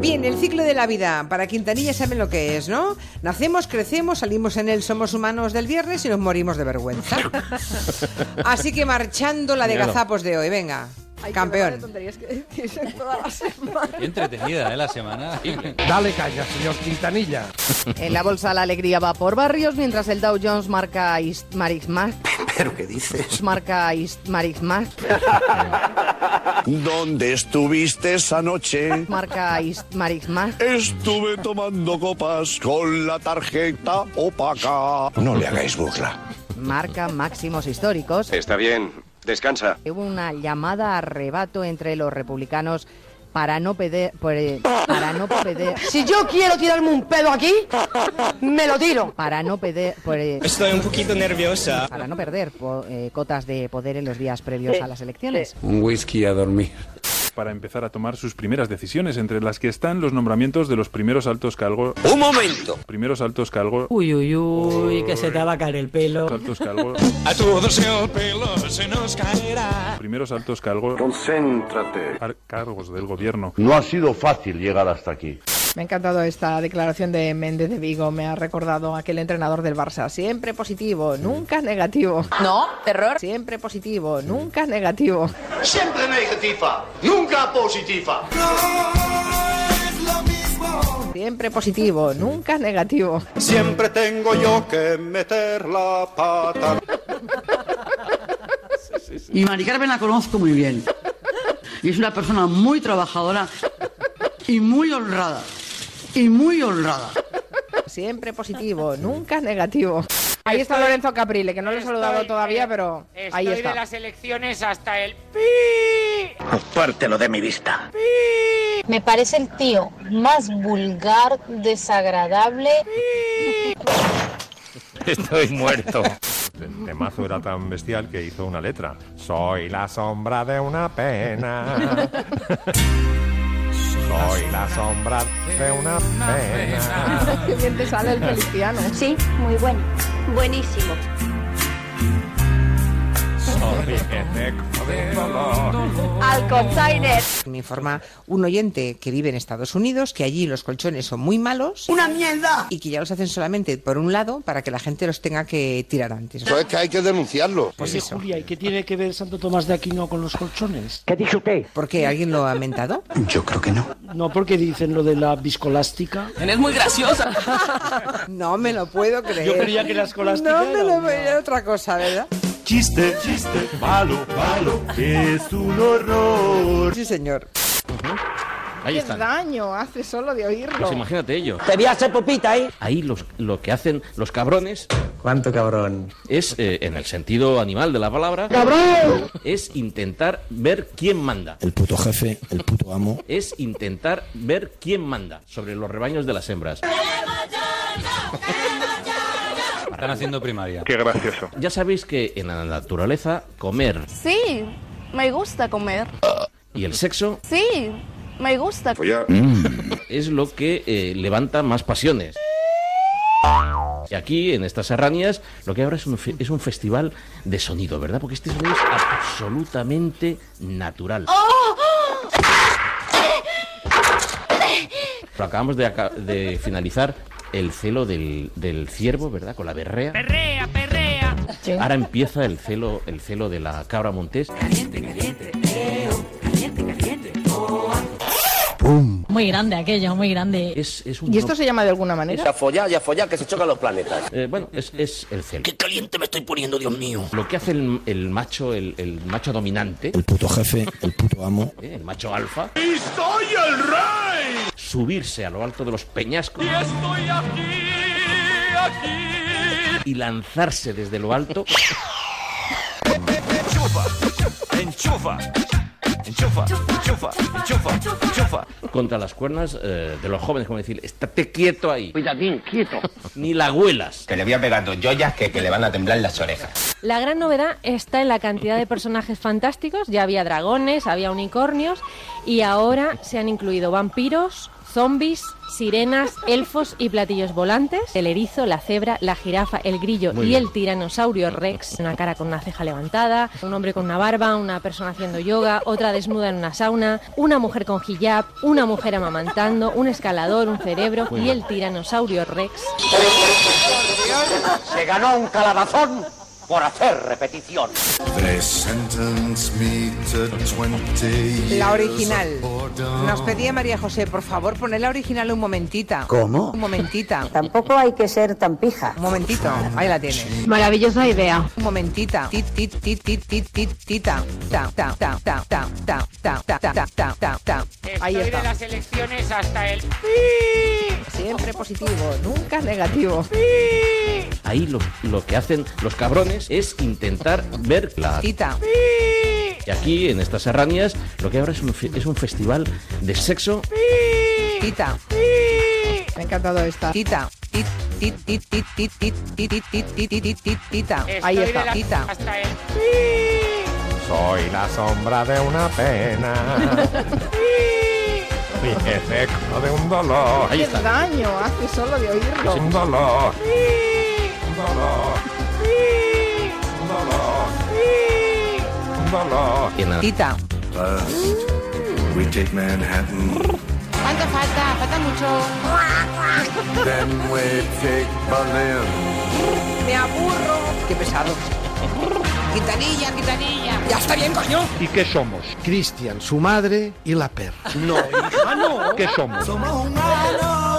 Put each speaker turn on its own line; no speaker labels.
Bien, el ciclo de la vida. Para Quintanilla saben lo que es, ¿no? Nacemos, crecemos, salimos en él, somos humanos del viernes y nos morimos de vergüenza. Así que marchando la de
Míralo.
gazapos de hoy, venga.
Ay, qué barbaridad de
Campeón.
tonterías que decís en toda la semana.
Qué entretenida, ¿eh? La semana.
Dale caña, señor Quintanilla.
En la bolsa la alegría va por barrios, mientras el Dow Jones marca his- marix- mar-
¿Pero qué dices?
marca his- marix- mar-
¿Dónde estuviste esa noche?
marca his- marix- mar-
Estuve tomando copas con la tarjeta opaca. No le hagáis burla.
marca máximos históricos.
Está bien, descansa.
Hubo una llamada a rebato entre los republicanos para no pedir eh, para no pedir
Si yo quiero tirarme un pedo aquí, me lo tiro.
para no pedir eh,
Estoy un poquito nerviosa.
para no perder po- eh, cotas de poder en los días previos a las elecciones.
Un whisky a dormir.
para empezar a tomar sus primeras decisiones, entre las que están los nombramientos de los primeros altos cargos.
¡Un momento!
Primeros altos cargos.
Uy, uy, uy, que se te va a caer el pelo.
Altos cargos.
A todos el pelo se nos caerá.
Primeros altos cargos.
Concéntrate.
car- cargos del gobierno.
No ha sido fácil llegar hasta aquí.
Me ha encantado esta declaración de Méndez de Vigo. Me ha recordado a aquel entrenador del Barça. Siempre positivo, nunca negativo.
No, terror.
Siempre positivo, nunca negativo.
Siempre negativa, nunca positiva.
Siempre positivo, nunca negativo.
Siempre tengo yo que meter la pata.
Y Mari Carmen la conozco muy bien. Y es una persona muy trabajadora y muy honrada. Y muy honrada.
Siempre positivo, nunca negativo. Ahí está Lorenzo Caprile, que no lo he saludado todavía, pero ahí está.
elecciones hasta el
Apártelo de mi vista.
Me parece el tío más vulgar, desagradable.
Estoy muerto.
El Este temazo era tan bestial que hizo una letra. Soy la sombra de una pena. Soy la sombra de una pena.
Qué bien te sale el Feliciano.
Sí, muy bueno. Buenísimo.
Soy efecto de dolor.
Al container.
Me informa un oyente que vive en Estados Unidos que allí los colchones son muy malos
¡Una mierda!
y que ya los hacen solamente por un lado para que la gente los tenga que tirar antes.
Eso es que hay que denunciarlo.
Pues eso.
¿y qué tiene que ver Santo Tomás de Aquino con los colchones?
¿Qué dice usted? ¿Por qué? ¿Alguien lo ha mentado?
Yo creo que no.
No porque dicen lo de la viscolástica.
Eres muy graciosa.
No me lo puedo creer.
Yo creía que la escolástica
No me
era
lo
una-
era otra cosa, ¿verdad?
Chiste, chiste, malo, malo, es un horror.
Sí, señor.
Ahí
Qué
están.
daño hace solo de oírlo.
Pues imagínate ellos.
Te voy a hacer pupita, ¿eh?
Ahí los, lo que hacen los cabrones
¿Cuánto cabrón?
es, eh, en el sentido animal de la palabra,
¡Cabrón!
es intentar ver quién manda.
El puto jefe, el puto amo.
Es intentar ver quién manda sobre los rebaños de las hembras.
Están haciendo primaria.
Qué gracioso.
Ya sabéis que en la naturaleza comer
Sí, me gusta comer.
y el sexo
Sí, me gusta.
es lo que eh, levanta más pasiones. Y aquí, en estas serranías, lo que habrá es un, fe- es un festival de sonido, ¿verdad? Porque este sonido es absolutamente natural. Lo acabamos de, aca- de finalizar el celo del, del ciervo, ¿verdad? Con la berrea. ¡Berrea, berrea! Ahora empieza el celo, el celo de la cabra montés.
Muy grande aquello, muy grande.
Es, es un...
¿Y esto se llama de alguna manera?
Ya follar, ya follar, que se chocan los planetas.
Eh, bueno, es, es el celo.
caliente me estoy poniendo, Dios mío!
Lo que hace el, el macho, el, el macho dominante,
El puto jefe, el puto amo.
¿eh? el macho alfa. ¡Y soy el rey! Subirse a lo alto de los peñascos. ¡Y estoy aquí, aquí! Y lanzarse desde lo alto.
Enchufa, enchufa, enchufa, enchufa, enchufa.
contra las cuernas eh, de los jóvenes, como decir, estate quieto ahí,
Cuidadín, quieto.
ni la huelas.
Que le voy a pegar dos joyas que, que le van a temblar las orejas.
La gran novedad está en la cantidad de personajes fantásticos. Ya había dragones, había unicornios y ahora se han incluido vampiros, zombies, sirenas, elfos y platillos volantes, el erizo, la cebra, la jirafa, el grillo
Muy
y
bien.
el tiranosaurio rex, una cara con una ceja levantada, un hombre con una barba, una persona haciendo yoga, otra desnuda en una sauna, una mujer con hijab, una mujer amamantando, un escalador, un cerebro
Muy
y
bien.
el tiranosaurio rex.
Se ganó un calabazón por hacer repetición.
La original. Nos pedía María José, por favor, poned la original un momentita.
¿Cómo?
Un momentita.
Tampoco hay que ser tan pija.
Un momentito, ahí la tienes.
Maravillosa idea.
Un momentita. Tit, tit, tit, tit, tit, tit, tita. Ta, ta, ta, ta, ta, ta, ta, ta, ta, ta, ta, ta.
Ahí
Estoy
está.
de las elecciones hasta el...
Siempre positivo, nunca negativo.
Ahí lo, lo que hacen los cabrones es intentar ver la...
Tita.
Y aquí, en estas serranías, lo que habrá es un, fe- es un festival de sexo.
Tita.
Me ha encantado esta.
Tita. Tit, tit, tit, tit, tit, tit, tit, tit, tit, tit, tit, tit, tit, tita.
Ahí está.
Tita.
Soy la sombra de una pena. y el eco de un dolor.
Qué daño hace solo de oírlo.
Es un dolor. Un dolor. Un dolor. Un dolor.
Tita.
We take Manhattan.
¿Cuánto falta? Falta mucho.
Then we take Berlin.
Me aburro. Qué pesado. Quintanilla, Quintanilla. Ya está bien, coño.
¿Y qué somos? Cristian, su madre y la perra. No,
hija, no.
¿Qué somos?
Somos humanos.